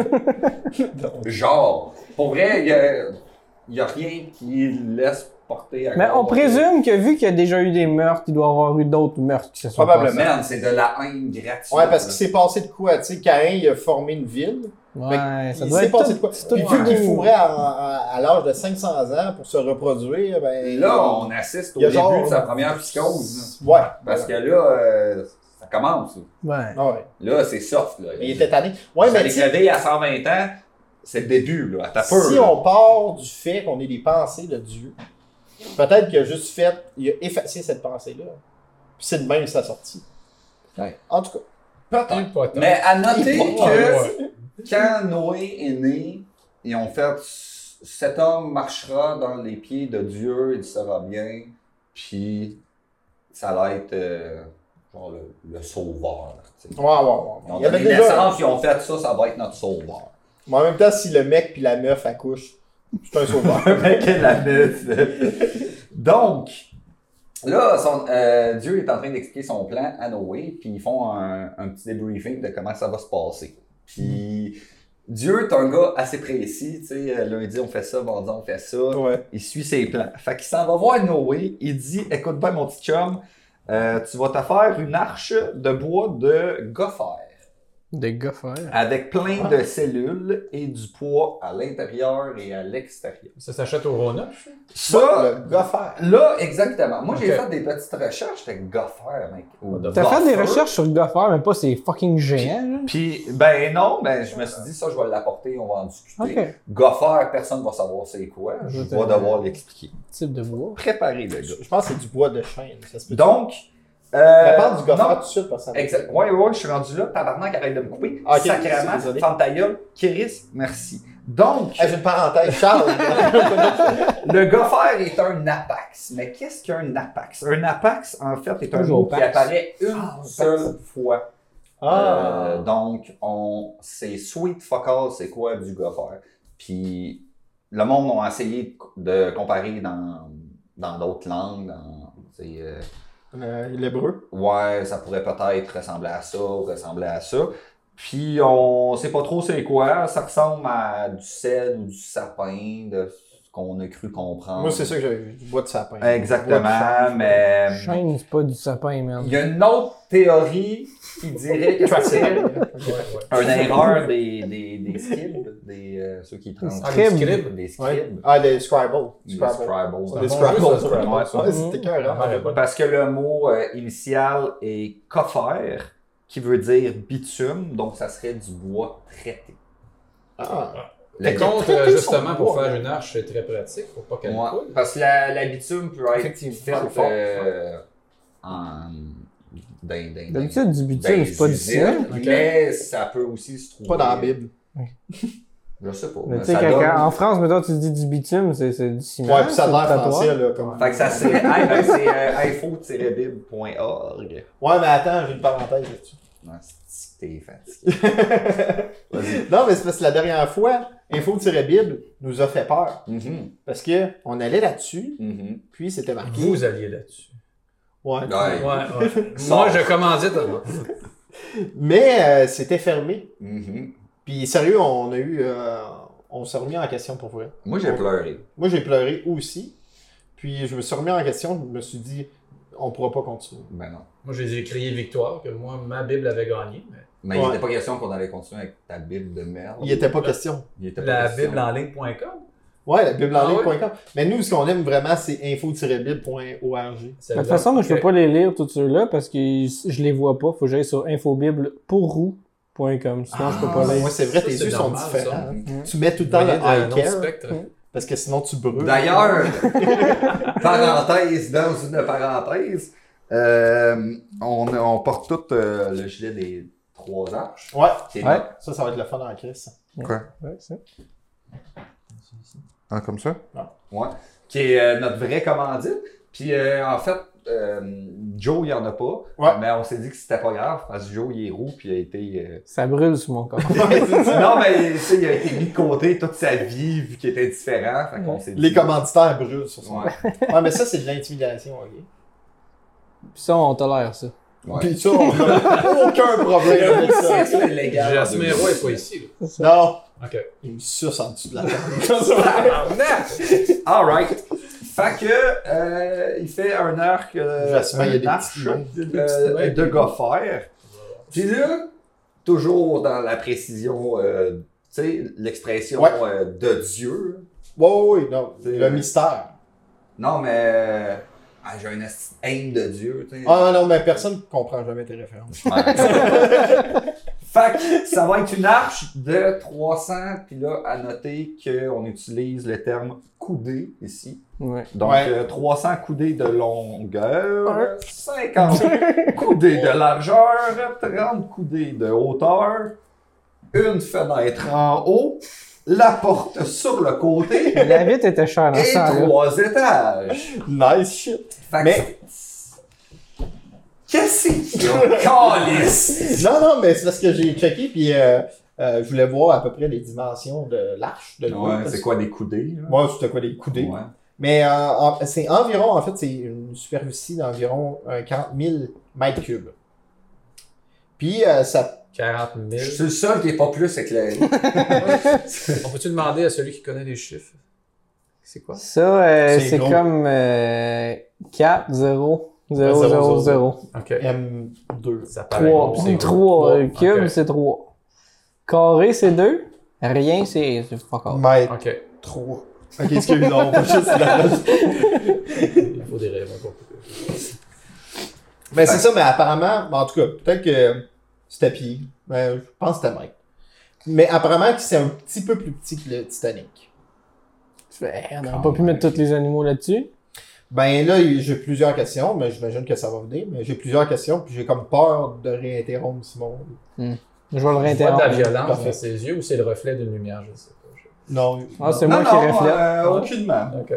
Genre, pour vrai, il n'y a, rien qui laisse porter à Mais on croire que- présume que vu qu'il y a déjà eu des meurtres, il doit y avoir eu d'autres meurtres qui se sont Probablement. Man, c'est de la haine gratuite. Ouais, parce qu'il s'est passé de quoi? Tu sais, Caïn, il a formé une ville. Fait passés. Ouais, que ça il doit s'est être passé tout- de quoi? c'est tout Puis vu qu'il tout- fourrait à, à- à l'âge de 500 ans pour se reproduire, ben... Là, on assiste au il y a début genre- de sa première psychose. Ouais. Parce que là, euh, ça commence. Ouais. Ouais. Là, c'est soft. Là. Mais il était tanné. Ouais, mais les tu sais, à 120 ans, c'est le début. Là. T'as peur. si là. on part du fait qu'on est des pensées de Dieu, peut-être qu'il a juste fait, il a effacé cette pensée-là. Puis c'est de même sa sortie. Ouais. En tout cas, peut-être. Un potin. Mais à noter Il que quand Noé est né, ils ont fait cet homme marchera dans les pieds de Dieu, il sera bien, puis ça va être euh, genre le, le sauveur. tu sais. Ouais, ouais, ouais. ouais. Donc, Il y avait les déjà. naissances, ils ont fait ça, ça va être notre sauveur. Mais en même temps, si le mec puis la meuf accouchent, c'est un sauveur. Le mec est la meuf. Donc, là, son- euh, Dieu est en train d'expliquer son plan à Noé, puis ils font un, un petit débriefing de comment ça va se passer. Puis, Dieu est un gars assez précis, tu sais, euh, lundi on fait ça, mardi on fait ça, ouais. il suit ses plans. Fait qu'il s'en va voir Noé, il dit, écoute bien mon petit chum, euh, tu vas te faire une arche de bois de gopher De gaffer. avec plein de cellules et du poids à l'intérieur et à l'extérieur. Ça s'achète au Rona. Ça, le gars faire. Là, exactement. Moi, j'ai Ok. fait des petites recherches de goffer, mec. ou T'as T'as fait des goffer. recherches sur le gaffer, mais pas ces fucking géants, là. Puis, ben non, ben je me suis dit, ça, je vais l'apporter, on va en discuter. Ok. Goffer, personne ne va savoir c'est quoi. Je Je vais te- euh, devoir l'expliquer. Type de bois. Préparez le gars. Je pense que c'est du bois de chêne. Ça se peut. Donc, euh, la part du gars non. faire tout de suite, parce que ça- Exact. Ouais, ouais, je suis rendu là. Tabarnak, arrête de me couper. Ah, ok, Sacrément, désolé. ferme ta gueule. Chris, merci. Donc, Ah, j'ai une parenthèse. Charles. Le gopher est un apax. Mais qu'est-ce qu'un apax? Un apax, en fait, est un Toujours mot qui pax. apparaît une seule fois. ah. Euh, donc, on, c'est sweet fuck all, c'est quoi du gopher? Puis, le monde a essayé de comparer dans, dans d'autres langues. Dans, c'est, euh, Euh, L'hébreu. ouais, ça pourrait peut-être ressembler à ça, ressembler à ça. Puis, on sait pas trop c'est quoi. Ça ressemble à du cèdre ou du sapin, de ce qu'on a cru comprendre. Moi, c'est ça que j'avais vu. Du bois de sapin. Du bois de Exactement, chêne. mais Chaîne, c'est pas du sapin, il man. y a une autre théorie qui dirait que c'est une erreur des, des, des scribes, des, euh, ceux qui transcrivent. scribes. Des Ouais. scribes. Ah, des Scribble. Des scribbles. Des bon jeu, ça, Scribble. Scribble. Ouais, C'était Ouais. cœur. Parce que le mot euh, initial est coffer, qui veut dire bitume, donc ça serait du bois traité. Ah. Le- T'es contre, euh, justement, pour faire une arche, c'est très pratique pour pas qu'elle Ouais, coule. parce que la, la bitume peut être Effectivement. faite Fort, euh, en. d'un- d'un- d'un- D'habitude, du bitume, ben, c'est pas du ciel. ciel, Mais ça peut aussi se trouver. Pas dans la Bible. Je sais pas. Mais Mais tu sais, ça quand- donne- quand- en France, maintenant, tu dis du bitume, c'est c'est du ciment. Ouais, puis ça a c'est l'air du tatouage. français, là. Comme... Fait que ça serait. hey, ben, c'est euh, info-bib.org. Ouais, mais attends, j'ai une parenthèse là-dessus. Non, c'est t'es fatigué. Vas-y. Non, mais c'est parce que la dernière fois, Info-Bible nous a fait peur. Mhm, Parce que on allait là-dessus, mhm. puis c'était marqué. Vous alliez là-dessus. Ouais. Ouais. Moi, je commandite. Mais euh, c'était fermé. Mhm. Puis sérieux, on a eu. euh, on s'est remis en question pour vrai. Moi, j'ai pleuré. Moi, j'ai pleuré aussi. Puis je me suis remis en question, je me suis dit, on pourra pas continuer. Ben non. Moi, je les ai criés victoire, que moi, ma Bible avait gagné. mais Mais il Ouais. n'était pas question qu'on allait continuer avec ta Bible de merde. Il était pas question. Il était pas La question. Bible en ligne.com, Ouais, la Bible en Ah ouais? ligne.com. Mais nous, ce qu'on aime vraiment, c'est info-bible.org. c'est De toute façon, moi, je peux pas les lire tous ceux-là parce que je les vois pas. Faut que j'aille sur infobible.pourrou.com. Sinon, je peux Ah, pas lire. ouais, c'est vrai, Ça, tes c'est yeux sont normal, ça. différents. Mhm. Tu mets tout le temps le hein. un eye autre care spectre. parce que sinon tu brûles. Mm-hmm. D'ailleurs, parenthèse dans une parenthèse, euh, on, on porte tout euh, le gilet des trois arches. Ouais, C'est Ouais. ça, ça va être le fun en crise. Ouais, ça. Hein, comme ça? Ah. Ouais. Qui est euh, notre vrai commandite. Puis euh, en fait, euh, Joe, il n'y en a pas. Ouais. Mais on s'est dit que c'était pas grave parce que Joe, il est roux puis il a été. euh, Ça brûle sur mon corps. non, mais tu sais, il a été mis de côté toute sa vie vu qu'il était différent. Fait qu'on s'est dit- Les commanditaires brûlent sur son. Ouais. Ouais, mais ça, c'est de l'intimidation, ok? Puis ça, on tolère ça. Ouais. Puis ça, on a aucun problème avec ça. C'est légal. Jasmine Roy est pas ici. Non, là. OK. il me suce en dessous de la table. Alright. Fait que, euh, il fait un arc, euh, Jasmin, il y a un des arc, petits noms. euh, de gopher. Puis là, toujours dans la précision, euh, tu sais, l'expression Ouais. euh, de Dieu. Ouais, ouais, ouais, non. Le mystère. Non, mais euh, ah, j'ai une esti de haine de Dieu, tu sais. Ah non, non, mais personne ne comprend jamais tes références. Ouais. Fait que ça va être une arche de 300. Puis là, à noter qu'on utilise le terme coudé ici. Ouais. Donc, Ouais. euh, 300 coudées de longueur, 50 coudées de largeur, 30 coudées de hauteur, une fenêtre en haut, la porte sur le côté La vitre était chère dans et Ah, ça. là. trois étages. Nice shit. Fait que- Mais- Qu'est-ce qu'il y a? Câlisse! Non, non, mais c'est parce que j'ai checké, puis euh, euh, je voulais voir à peu près les dimensions de l'arche de l'eau. Ouais, c'est quoi des coudées? là? Moi, c'était quoi les coudées? Ouais. Mais euh, en- c'est environ, en fait, c'est une superficie d'environ euh, 40 000 mètres cubes. Puis, euh, ça. 40 Je 000. suis le seul qui est pas plus éclairé. On peut-tu demander à celui qui connaît les chiffres? C'est quoi? Ça, euh, C'est c'est gros. comme euh, 4, 0, 0, Ben, 0, 0. OK. M2. Ça paraît gros, 3. c'est gros. 3. Trois, Cube, ok. euh, c'est 3. Carré, c'est 2. Rien, c'est c'est fuck off. Mètres OK. 3. Ok, excuse-moi, on va juste la Il faut des rêves encore. Mais c'est ça, mais apparemment, en tout cas, peut-être que c'était pire. Mais je pense que c'était mètres. Mais apparemment que c'est un petit peu plus petit que le Titanic. Eh, On n'aurait pas pu mettre tous les animaux là-dessus. Ben là, j'ai plusieurs questions, mais j'imagine que ça va venir. Mais j'ai plusieurs questions, puis j'ai comme peur de réinterrompre Simon. Je vais le C'est pas de la réinterrompre. violence Parfait. dans ses yeux ou c'est le reflet d'une lumière? Je sais pas. Je- Non. Ah, c'est Non, moi qui non, reflète. euh, aucunement. OK.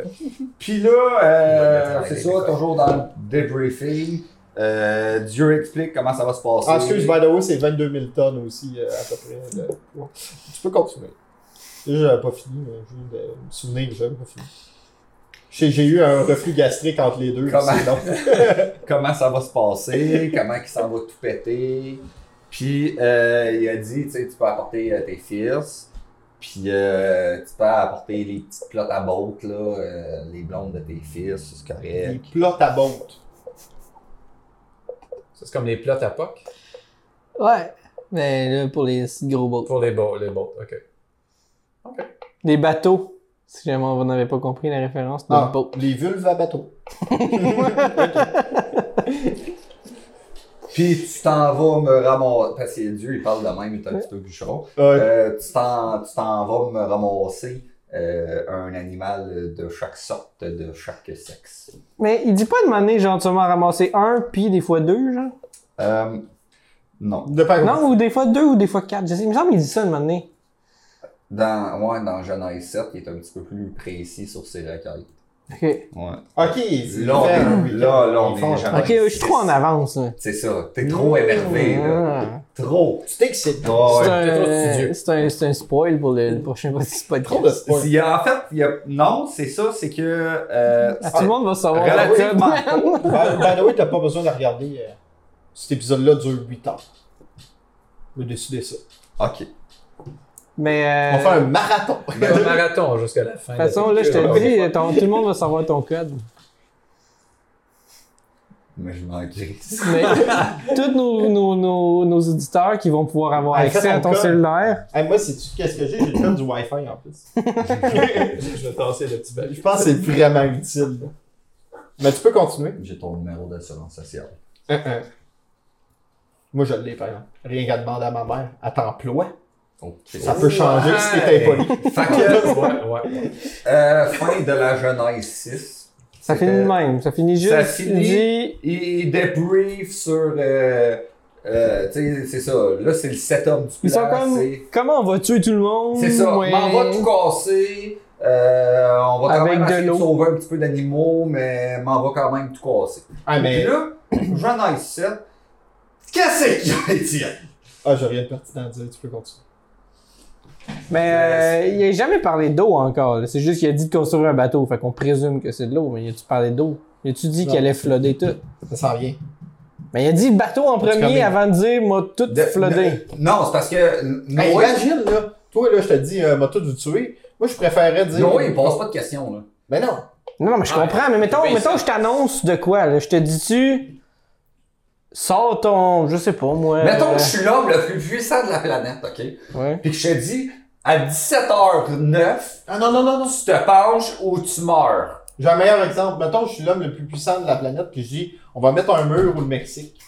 Puis là, euh, Il va mettre c'est un ça, décor. toujours dans le debriefing. euh, Dieu explique comment ça va se passer. Ah, excuse, by the way, c'est 22 000 tonnes aussi, euh, à peu près. de poids. Tu peux continuer. Là, j'avais pas fini, mais je viens de me souvenir que j'avais pas fini. J'ai j'ai eu un reflux gastrique entre les deux. Comment? c'est long. Comment ça va se passer, comment il s'en va tout péter. Puis euh, il a dit, tu sais, tu peux apporter euh, tes fils. Puis euh, tu peux apporter les petites plottes à bottes, là, euh, les blondes de tes fils, c'est correct. Il plotte à bonte. Ça, C'est comme les plots à POC Ouais. Mais là, pour les gros boats. pour les boats. Les boats. OK. Les bateaux. Si jamais vous n'avez pas compris la référence, de Ah, boat. les vulves à bateau. Puis tu t'en vas me ramasser. Parce que Dieu, il parle de même, il est un petit peu bûcheron. Euh, tu t'en tu t'en vas me ramasser euh, un animal de chaque sorte, de chaque sexe. Mais il dit pas de m'amener gentiment à ramasser un, puis des fois deux, genre. Euh, non. De par Non, ou des fois deux ou des fois quatre. Je sais, il me semble qu'il dit ça une donné. Dans, ouais, dans Genèse 7, il est un petit peu plus précis sur ses requêtes. Ok. Ok, Ouais. Ok, c'est Là, on fait est- un week-end. là, là, on Ils est font- jamais- je suis trop en avance, là. C'est ça, t'es trop énervé, là. Ah. Trop. Tu t'excites. Ah C'est ouais. t'es trop un, studieux. c'est un, c'est un spoil pour le, le prochain Trop podcast. de sport. S'il y a- en fait, il y a- non, c'est ça, c'est que. euh, Ah, Tout le monde va savoir la relativement tête. court. By by the way, t'as pas besoin de regarder. euh, cet épisode-là dure 8 heures. On va décider ça. Ok. Mais. On euh, va faire un marathon. Ben, un marathon jusqu'à la fin. de toute façon, là, je te dis, ton- tout le monde va savoir ton code. Mais je m'en crisse. Mais tous nos, nos, nos, nos auditeurs qui vont pouvoir avoir Ah, accès fais à ton ton code. cellulaire. Hey, moi, sais-tu qu'est-ce que j'ai? J'ai le code du Wi-Fi en plus. euh, Je vais tasser le petit Je pense que c'est vraiment utile. là. Mais tu peux continuer. J'ai ton numéro d'assurance sociale. Moi, je l'ai, par exemple. Rien qu'à demander à ma mère, elle t'emploie. Ok. Ça peut changer si t'es impoli. Fait que, Ouais, ouais. euh, fin de la Genèse 6. Ça C'était- finit de même. Ça finit juste. Ça finit- dit- Il, il débrief sur. Euh, euh, tu sais, c'est ça. Là, c'est le setup du Ils sont plan, comme- c'est- Comment on va tuer tout le monde? C'est ça. Ouais. Mais on va tout casser. Euh, on va quand Avec même de essayer de l'eau. sauver un petit peu d'animaux, mais on va quand même tout casser. Ah, Puis mais. là, j'en ai 7. Qu'est-ce qu'il y a, Étienne? Ah, j'ai rien de pertinent à dire, tu peux continuer. Mais euh, il a jamais parlé d'eau encore. là. C'est juste qu'il a dit de construire un bateau. Fait qu'on présume que c'est de l'eau. Mais il a-tu parlé d'eau? Il a-tu dit Non. qu'il allait flooder tout? Ça sent rien. Mais il a dit bateau en premier connais. avant de dire moi tout De- flooder. Non, c'est parce que Hey, Noé, Imagine, là. Toi, là, je te dis, euh, m'a tout vous tuer. Moi, je préférerais dire. Noé, il pose pas de questions. Là. Mais non. Non, non, mais je Ah, comprends. Mais mettons, oui, mettons ça. je t'annonce de quoi là. Je te dis-tu sors ton, je sais pas moi. euh, Mettons que je suis l'homme le plus puissant de la planète, OK? Ouais. Puis que je te dis, à 17h09, Ah, non, non, non, non. tu te penches ou tu meurs. J'ai un meilleur exemple. Mettons, je suis l'homme le plus puissant de la planète, puis je dis, on va mettre un mur au Mexique.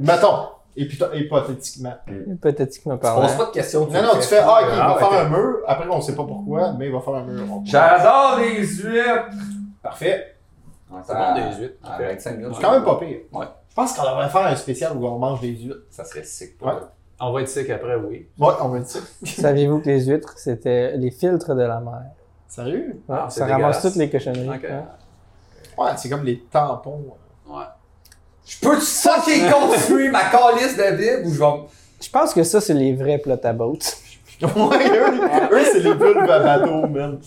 Mettons. Et puis, hypothétiquement. Hypothétiquement Tu poses parlant. pas de questions. Non, non, tu fais, ah, ok, Mm. il va ouais, faire t'es- un mur. Après, on sait pas pourquoi, mais il va faire un mur. On- J'adore les huîtres! Ah, Parfait. C'est bon des huîtres. À 25 minutes. C'est quand même pas pire. Ouais. Je pense qu'on devrait faire un spécial où on mange des huîtres. Ça serait sick. Ouais. On va être sec après, oui. Ouais, on va dire ça. Saviez-vous que les huîtres, c'était les filtres de la mer? Sérieux? Ouais, Ah, c'est ça ramasse dégueulasse. toutes les cochonneries. hein. Ok. ouais. Ouais, c'est comme les tampons. Je peux-tu fucking construire ma calice de vide ou je vais. me- Je pense que ça, c'est les vrais plots à boat. ouais, eux, eux, c'est les bulbes à bateau, man.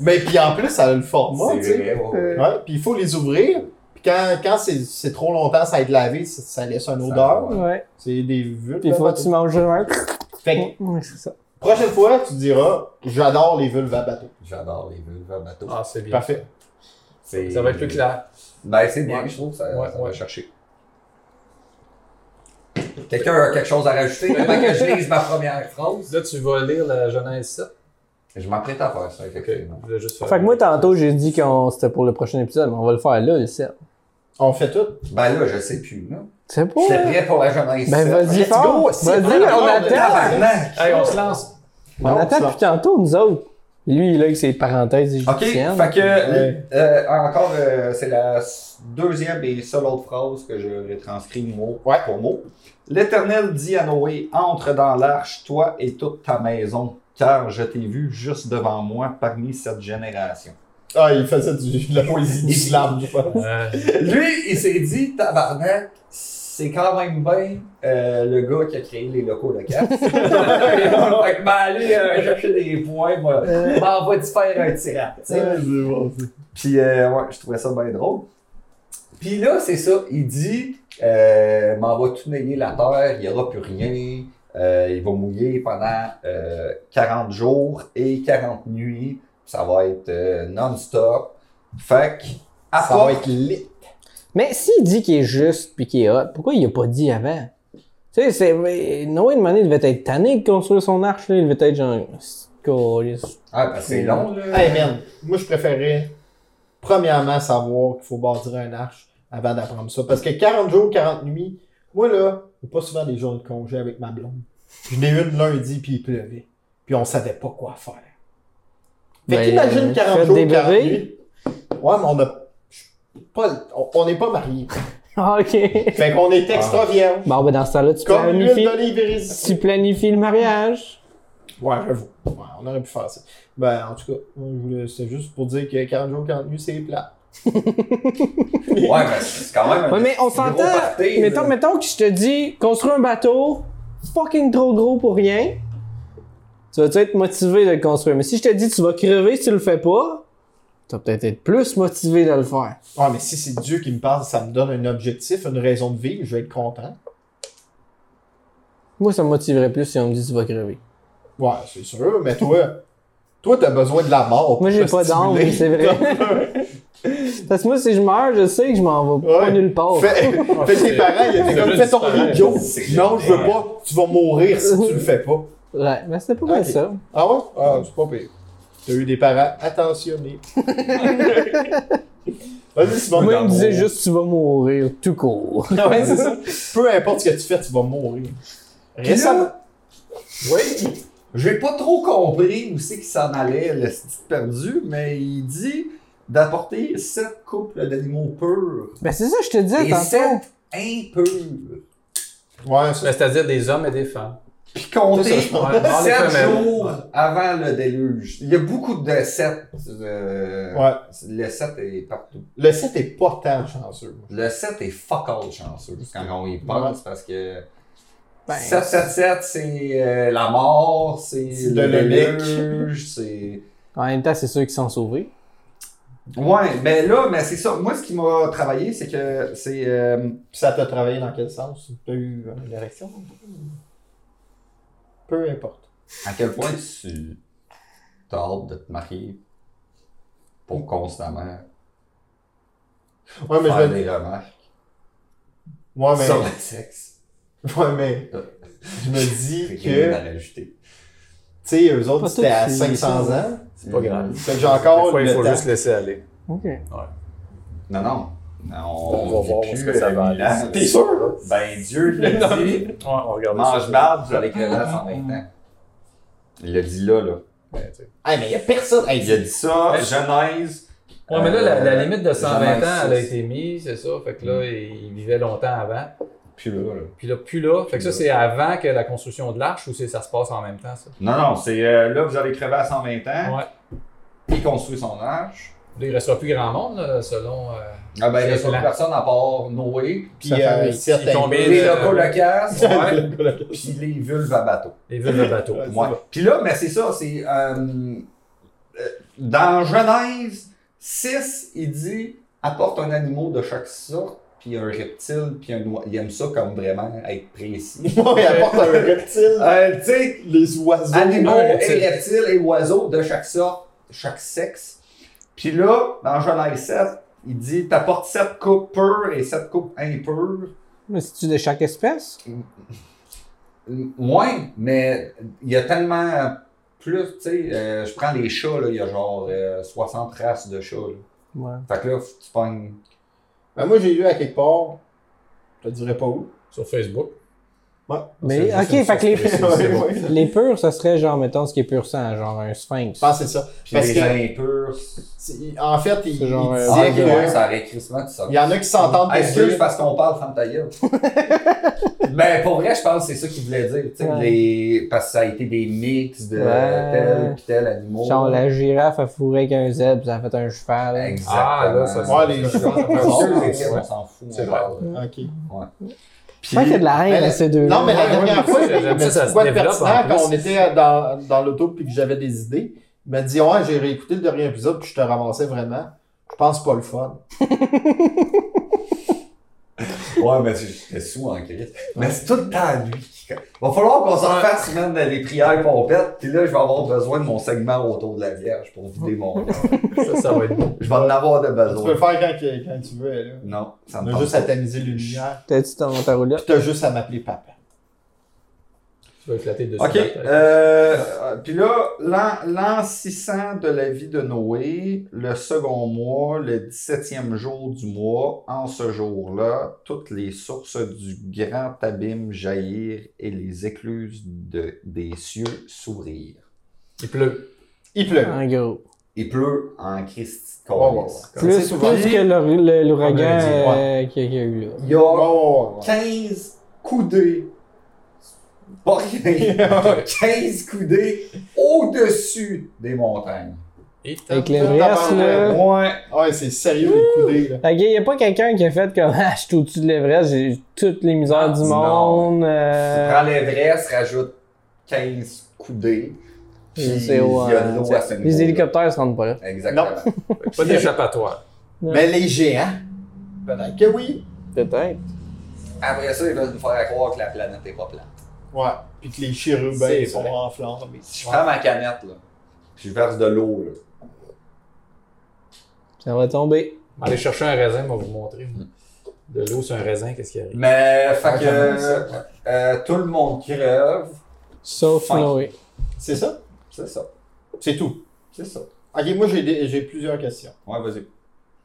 Mais puis en plus, ça a le format, tu sais. vrai, ouais, ouais. Ouais, puis il faut les ouvrir. Puis quand, quand c'est c'est trop longtemps, ça a été lavé, ça, ça laisse une Ça, odeur. ouais. Ouais. C'est des vulves. Puis il à faut que tu bateau. manges le même. Fait que, Ouais, c'est ça. prochaine fois, tu diras J'adore les vulves à bateau. J'adore les vulves à bateau. Ah, c'est bien. Parfait. C'est- Ça va être plus clair. Ben, c'est bien, Ouais. je trouve. Ça, Ouais, ça va ouais. chercher. Quelqu'un a quelque chose à rajouter avant que je lise ma première phrase? Là, tu vas lire la Genèse 7. Je m'apprête à faire ça, Ok, effectivement. je voulais juste faire. Fait que moi, tantôt, j'ai dit que c'était pour le prochain épisode, mais on va le faire là, le 7. On fait tout. Ben là, je sais plus. Là. Tu sais pas? Je suis hein? prêt pour la journée. Ben vas-y, Let's fort! go, c'est Vas-y, vraiment on l'heure de attend! Hey, on se lance. On Non, attend ça. depuis tantôt, nous autres. Lui, là, avec ses parenthèses Ok, égyptiennes. fait que Ouais. euh, encore, euh, c'est la s- deuxième et seule autre phrase que je retranscris mot pour mot. L'Éternel dit à Noé, entre dans l'arche, toi et toute ta maison, car je t'ai vu juste devant moi parmi cette génération. Ah, il faisait du, de la poésie du slam, je pense. Lui, il s'est dit, tabarnak, c'est quand même bien euh, le gars qui a créé les locaux de Cap. fait que m'aller euh, chercher des points, moi, m'en va-tu faire un tirant, tu sais. Ouais, c'est bon, ça. Puis, euh, ouais, je trouvais ça bien drôle. Puis là, c'est ça, il dit, euh, m'en va tout nayer la terre, il n'y aura plus rien, euh, il va mouiller pendant euh, 40 jours et 40 nuits, ça va être euh, non-stop. Fait que, à Ça part- va être lit. Mais s'il dit qu'il est juste puis qu'il est hot, pourquoi il a pas dit avant? Tu sais, c'est. mais Noé, une manière, il devait être tanné de construire son arche, là. Il devait être genre. C'est caliste. Ah, ben c'est long, là. Hey, man, moi, je préférais, premièrement, savoir qu'il faut bâtir un arche avant d'apprendre ça. Parce que 40 jours, 40 nuits, moi, là, j'ai pas souvent des jours de congé avec ma blonde. Je n'ai une lundi, puis il pleuvait. Puis on savait pas quoi faire. Fait Ben, qu'imagine 40 faites jours, des 40 bébés. nuits. Ouais, mais on a... je suis Pas, on- on n'est pas mariés. Ah, ok. Fait qu'on est extra vierge. Bon, ben, dans ce temps-là, tu Comme l'huile planifies. d'olive Tu irrésistible. planifies le mariage. Ouais, j'avoue. Ouais, on aurait pu faire ça. Ben, en tout cas, moi, je voulais- c'était juste pour dire que 40 jours, 40 nuits, c'est plat. Ouais, mais c'est quand même. un Ouais, mais on gros s'entend. party, là. Mettons, mettons que je te dis, construis un bateau, fucking trop gros pour rien. Tu vas être motivé de le construire. Mais si je te dis, tu vas crever si tu le fais pas, tu vas peut-être être plus motivé de le faire. Ah, mais si c'est Dieu qui me parle, ça me donne un objectif, une raison de vivre, je vais être content. Moi, ça me motiverait plus si on me dit, tu vas crever. Ouais, c'est sûr, mais toi, toi, t'as besoin de la mort. Moi, j'ai pour te pas d'âme, stimuler. c'est vrai. Parce que moi, si je meurs, je sais que je m'en vais pas Ouais. nulle part. Fais, fais tes parents, ils étaient C'est comme, juste fais ton pareil. lit, Joe. C'est Non, je veux génial. pas, tu vas mourir si tu le fais pas. Ouais, mais c'était pas mal Ok. ça. Ah ouais? Ah, c'est pas pire. T'as eu des parents attentionnés. Vas-y, Simon. Moi, il me disait Dans juste, tu vas mourir tout court. mon- Ouais, c'est ça. Peu importe ce que tu fais, tu vas mourir. Puis Récemment. là, oui, j'ai pas trop compris où c'est qu'il s'en allait, le petit perdu, mais il dit d'apporter sept couples d'animaux purs Ben, c'est ça, que je te dis, et tantôt. sept impurs. Ouais, ça. Ben, C'est-à-dire des hommes et des femmes. Puis compter C'est ça, ouais, dans les sept femelles. jours avant le déluge. Il y a beaucoup de sept. euh, Ouais. Le sept est partout. Le 7 est pas tant chanceux. Le 7 est fuck all chanceux quand on y pense parce que Ben, 777 c'est euh, la mort, c'est C'est le de l'olic. déluge, c'est. En même temps, c'est ceux qui sont sauvés. Ouais, mais là, mais c'est ça. Moi, ce qui m'a travaillé, c'est que c'est. euh, Puis ça t'a travaillé dans quel sens? T'as eu une érection? Peu importe. à quel point tu t'as hâte de te marier pour constamment Ouais, mais je faire veux dire... des remarques Ouais, mais... sur le sexe. Ouais, mais... Je me dis Rien que... à rajouter. Tu sais, eux autres, Pas c'était à tout, c'est- 500 ans. C'est pas grave. Fait que j'ai encore Des fois, il le faut temps. juste laisser aller. Ok. Non, non. On, va vit voir plus où est-ce que ça va euh, aller. Milan. T'es sûr? Ben, Dieu l'a dit. Ouais, on regarde Mange barbe, vous allez crevasse en même temps. Il l'a dit là, là. Ah, mais il n'y a personne. Hey, Il a dit ça, Ouais. Genèse. Ouais, mais là, la, la limite de 120 Genèse ans, elle a 6. été mise, c'est ça. Fait que là, il vivait longtemps avant. Puis là, là. Puis là, plus là. Fait que ça, Plus c'est avant que la construction de l'arche ou c'est ça se passe en même temps, ça? Non, non, c'est euh, là, vous allez crever à 120 ans. Ouais. Il construit son arche. Là, il restera plus grand monde, là, selon. euh, Ah ben, il reste C'est plus la- personne à part Noé, puis ça fait euh, avec- certains- ils tombent- les euh, locolocates, ouais, Ouais. puis les vulves à bateau. les villes de bateau. Ouais. Ouais. Puis là, mais c'est ça, c'est. euh, euh, dans Genèse 6, il dit apporte un animal de chaque sorte, puis un reptile, puis un oiseau. Il aime ça comme vraiment être précis. il apporte un reptile. Euh, tu sais, Les oiseaux. animaux Un reptile. et reptiles et oiseaux de chaque sorte, chaque sexe. Puis là, dans Genèse 7, il dit t'apportes 7 coupes pures et 7 coupes impures. Mais c'est-tu de chaque espèce? Moins, mais il y a tellement plus, tu sais, euh, je prends les chats, là, il y a genre euh, 60 races de chats. Là. Ouais. Fait que là, faut que tu pognes. Ben, moi, j'ai lu à quelque part, je te dirais pas où. Sur Facebook. Mais, C'est juste ok, une fait que surprise, les, c'est bon. les purs, ça serait genre, mettons, ce qui est pur sang, genre un sphinx. Je pense que c'est ça. Puis Parce les que, impurs. c'est- en fait, il, C'est genre, il euh, Ah, disait ouais, ouais, que- ça aurait crissement, tu sors. il y en a qui s'entendent Ah, pour excuse dire. parce qu'on parle femme ta gueule. Mais pour vrai, je pense que c'est ça qu'il voulait dire. tu sais, Ouais. les- Parce que ça a été des mix de Ouais. tel pis tel animal. Genre la girafe a fourré avec un zèbre, puis ça a fait un cheval. Exactement. Ah, là, ça, Ouais, les- ça, ça, ça, ça, Bon, ça, c'est ça, vrai, ça. on s'en fout. C'est on vrai. parle. Ok. Je pense qu'il y a de la Mais haine la- à ces deux-là. Non, mais la Ouais, ouais, dernière mais fois, ça, il m'a j'aime dit ça, ça se quoi de développe, en pertinent plus. quand on était dans, dans l'auto puis que j'avais des idées. Il m'a dit Ouais, j'ai réécouté le dernier épisode puis je te ramassais vraiment. Je pense pas le fun. Ouais, mais c'est- j'étais sous en crise. Mais c'est tout le temps lui qui. Va falloir qu'on s'en fasse même dans les prières pompettes, puis là, je vais avoir besoin de mon segment autour de la Vierge pour vider mon. ça, ça va être beau. je vais en avoir de Tu peux besoin. le faire quand, que- quand tu veux. Là. Non, ça me On a tente juste à pas. tamiser les lumières. T'as-tu ton ta Puis roulotte? t'as juste à m'appeler papa. Tu vas éclater dessus. Ok, peut-être. euh, euh, puis là, l'an- l'an 600 de la vie de Noé, le second mois, le 17e jour du mois, en ce jour-là, toutes les sources du grand abîme jaillirent et les écluses de, des cieux s'ouvrirent. Il pleut. Il pleut. En gros. Il pleut en Christ de Ouais, ouais, ouais. câlisse. C'est Plus, souvent plus dit. que le- le- l'ouragan On l'a dit, euh, qu'il y a qu'il y a eu là. Il y a Oh, ouais, 15 coudées. Pas rien. ouais. 15 coudées au-dessus des montagnes. Et Avec tabarnak. l'Everest, là. Ouais. Ouais, c'est sérieux les coudées. Là. Fait qu'il y a pas quelqu'un qui a fait comme Ah, je suis au-dessus de l'Everest, j'ai toutes les misères du Non. monde. Tu euh, prends l'Everest, rajoute 15 coudées. Puis il y C'est haut, a hein. de l'eau à ce niveau. Les hélicoptères se rendent pas là. Exactement. Pas d'échappatoire. Mais les géants. Peut-être que oui. Peut-être. Après ça, ils veulent nous faire croire que la planète n'est pas plate. Ouais. Puis que les C'est chérubins sont vrai. en flamme. Si je prends ma canette, là, puis je verse de l'eau, là. Ça va tomber. Allez chercher un raisin, on va vous montrer. De l'eau sur un raisin, qu'est-ce qui arrive? Mais, fait Ouais, que, j'aime ça. euh, euh, tout le monde crève. Sauf Fuck. Noé. C'est ça? C'est ça. C'est tout. C'est ça. Ok, moi j'ai des- j'ai plusieurs questions. Ouais, vas-y.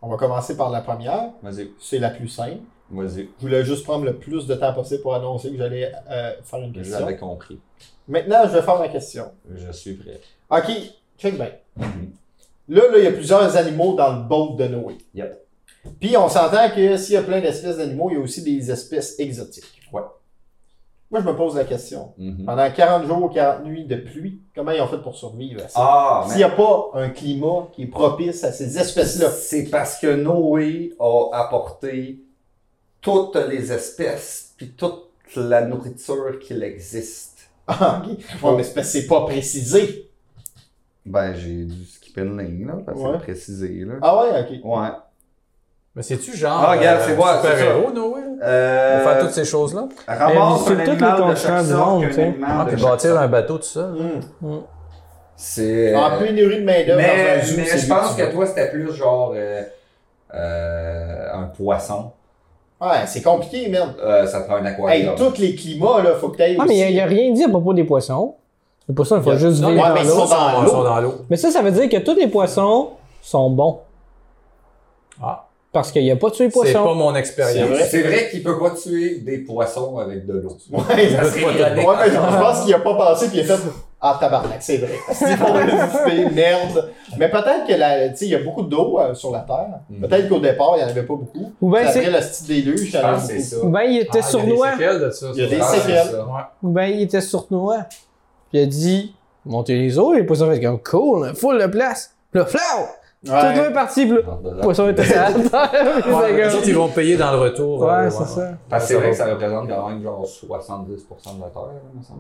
On va commencer par la première. Vas-y. C'est la plus simple. Vas-y. Je voulais juste prendre le plus de temps possible pour annoncer que j'allais euh, faire une question. J'avais compris. Maintenant, je vais faire ma question. Je suis prêt. OK, check bien. Là, là, il y a plusieurs animaux dans le boat de Noé. Yep. Puis on s'entend que s'il y a plein d'espèces d'animaux, il y a aussi des espèces exotiques. Ouais. Moi, je me pose la question. Mhm. Pendant 40 jours, 40 nuits de pluie, comment ils ont fait pour survivre à ça? Ah, S'il mais n'y a pas un climat qui est propice à ces espèces-là. c'est parce que Noé a apporté toutes les espèces, puis toute la nourriture qu'il existe. Ah, ok. Ouais, mais c'est parce que c'est pas précisé. Ben, j'ai dû skipper une ligne, là, parce que Ouais. c'est précisé, là. Ah ouais, ok. Ouais. Mais c'est-tu genre. euh, Ah, regarde, c'est moi, c'est ça. super-héros, Noé? là? On va faire Euh, toutes ces choses-là? Ah, ramasse Mais un c'est tout le animal de contraire chaque du sorte, monde, qu'un tu sais. Ah, animal de puis chaque bâtir sorte. un bateau, tout ça. Hmm. C'est... euh, En pénurie de main-d'œuvre Ah, dans un Mais, zoo, mais c'est je pense mieux. que toi, c'était plus genre euh, euh, un poisson. Ouais, c'est compliqué, même. Euh, ça prend un Hey, aquarium. tous les climats, là, faut que t'ailles Ah, aussi. mais il n'y a, rien dit à propos des poissons. Les poissons, il faut Y a- juste Non, vivre mais dans ils sont l'eau. dans Ils l'eau. sont dans l'eau. Mais ça, ça veut dire que tous les poissons sont bons. Ah. Parce qu'il a pas tué C'est poisson. pas mon C'est expérience. vrai. C'est vrai qu'il peut pas tuer des poissons avec de l'eau. Ouais, ça Je serait veux pas te ironique. dire. Ouais, mais je pense qu'il a pas pensé puis il a fait Ah tabarnak, c'est vrai. C'est pour résister, merde. Mais peut-être que la. Tu sais, il y a beaucoup d'eau euh, sur la Terre. Mm. Peut-être qu'au départ, il n'y en avait pas beaucoup. Ou bien, Après c'est- le style déluge, il y en Ah, avait c'est beaucoup. ça. ou ben, il était sournois. Ah, Il y a des séquelles de ça. Il y a ça. des Ah, c'est séquelles. ça. Ouais. Ou ben, il était sournois. Puis il a dit, montez les eaux, et le poisson fait comme cool, hein, full de place. Puis là, flau! Ouais. Tout le monde est parti, puis là, le poisson était sur la terre. puis Ouais, c'est les comme- autres, ils vont payer dans le retour. euh, Ouais, c'est ça. Parce que Ah, c'est vrai que ça représente quand même genre 70% de la Terre, il me semble.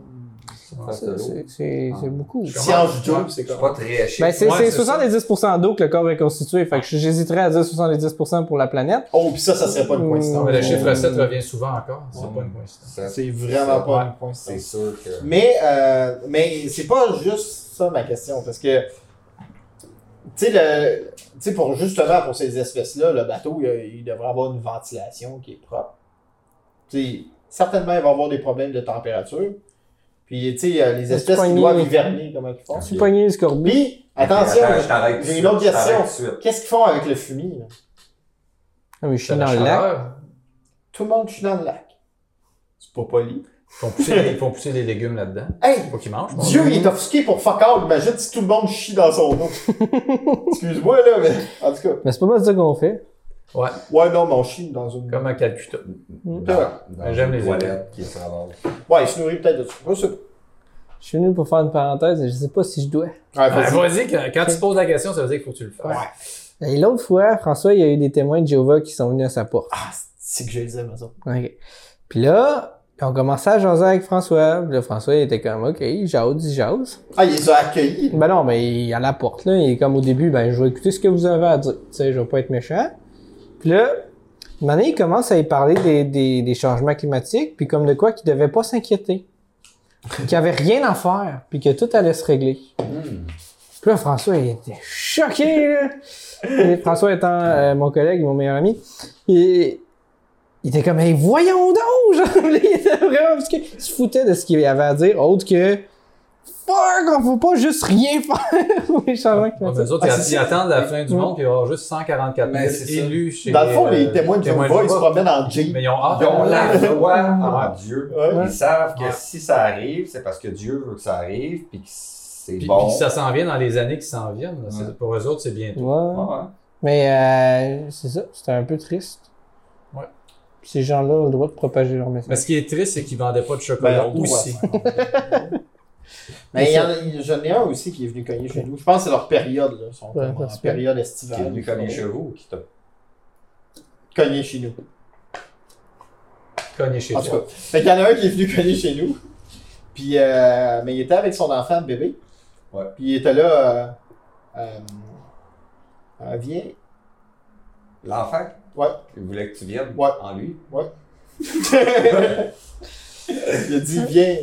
Ah, Face de C'est- l'eau. C'est c'est- c'est beaucoup. Science du job, Je c'est suis quoi? pas très chic. Ben, c'est Ouais, c'est c'est ça. 70% d'eau que le corps est constitué. Fait que j'hésiterais à dire 70% pour la planète. Oh, pis ça, ça serait pas une Non, coïncidence. mais le Oh. chiffre 7 revient souvent encore. C'est Ouais. pas une coïncidence. Ça, C'est vraiment pas une coïncidence. C'est sûr que. Mais, euh, mais c'est pas juste ça ma question, parce que, tu sais, le- tu sais, pour justement pour ces espèces-là, le bateau, il, il devrait avoir une ventilation qui est propre. Tu sais, certainement, il va avoir des problèmes de température. Puis, tu sais, euh, les espèces qui poignées. doivent hiverner, comment ils font. Tu pognes le scorbut. Puis, attention, j'ai une autre question. Qu'est-ce qu'ils font avec le fumier? là? Ah, mais je suis C'est la dans le lac. chaleur. Tout le monde, je suis dans le lac. C'est pas poli. Ils font pousser les- ils font pousser les légumes là-dedans. Hey, Faut qu'ils mangent. Dieu, il est offusqué pour fuck all. Imagine si tout le monde chie dans son eau. Excuse-moi, là, mais. En tout cas. Mais c'est pas mal ça qu'on fait. Ouais, Ouais, non, mais on chie dans une. comme à Calcutta. Ben, J'aime J'aime les les toilettes qui se ramassent. Ouais, il se nourrit peut-être de tout. Je sais pas. Je suis venu pour faire une parenthèse, mais je sais pas si je dois. Ouais, Ben, Ah, vas-y. Vas-y, quand, quand tu te poses la question, ça veut dire qu'il faut que tu le fasses. Ouais. Et l'autre fois, François, il y a eu des témoins de Jéhovah qui sont venus à sa porte. Ah, c'est que je les aime, eux autres. OK. Puis là, on commençait à jaser avec François. Puis là, François, il était comme, OK, il jase, il jase. Ah, il les a accueillis. Ben non, mais il- à la porte, là, il est comme au début, ben je vais écouter ce que vous avez à dire. Tu sais, je vais pas être méchant. Puis là, maintenant, il commence à y parler des, des, des changements climatiques, puis comme de quoi qu'il devait pas s'inquiéter. qu'il avait rien à faire, puis que tout allait se régler. Puis là, François, il était choqué, là. Et François étant euh, mon collègue, mon meilleur ami, il, il était comme, hey, voyons donc! genre, il était vraiment, parce que il se foutait de ce qu'il avait à dire, autre que, fuck, on peut pas juste rien faire pour les changements Ouais, mais climatiques. eux autres, Ah, ils, c'est ils ça. attendent la fin du Ouais. monde, puis il va y avoir juste 144 Mais 000 c'est ça. élus chez Dans le fond, les euh, témoins de témoins Jéhovah, ils se Jéhovah. promènent en Jeep. Mais ils ont hâte. Ils ont la Ah, Ouais. foi en Dieu. Ouais. Ils savent que Ouais. si ça arrive, c'est parce que Dieu veut que ça arrive, puis que c'est Puis, bon. puis ça s'en vient dans les années qui s'en viennent. là. C'est- Ouais. Pour eux autres, c'est bientôt. Ouais. Ouais, ouais. Mais euh, c'est ça, c'était un peu triste. Ouais. Puis Ces gens-là ont le droit de propager leur message. Mais ce qui est triste, c'est qu'ils vendaient pas de chocolat Ben, aussi. Mais il y en a- j'en ai un aussi qui est venu cogner chez nous. Je pense que c'est leur période, là. Ils sont Ouais, comme en parce que- période Qui est estivale. venu comme les chevaux, qui t'a. Cogner chez nous. Cogné chez En tout toi. cas, fait qu'il y en a un qui est venu cogner chez nous. Puis, euh, mais il était avec son enfant bébé. Ouais. Puis il était là. Euh, euh, euh, viens. L'enfant, Ouais. il voulait que tu viennes Ouais. en lui. il a dit viens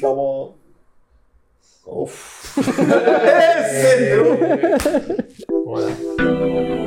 dans mon. Ouf. C'est Voilà. Voilà.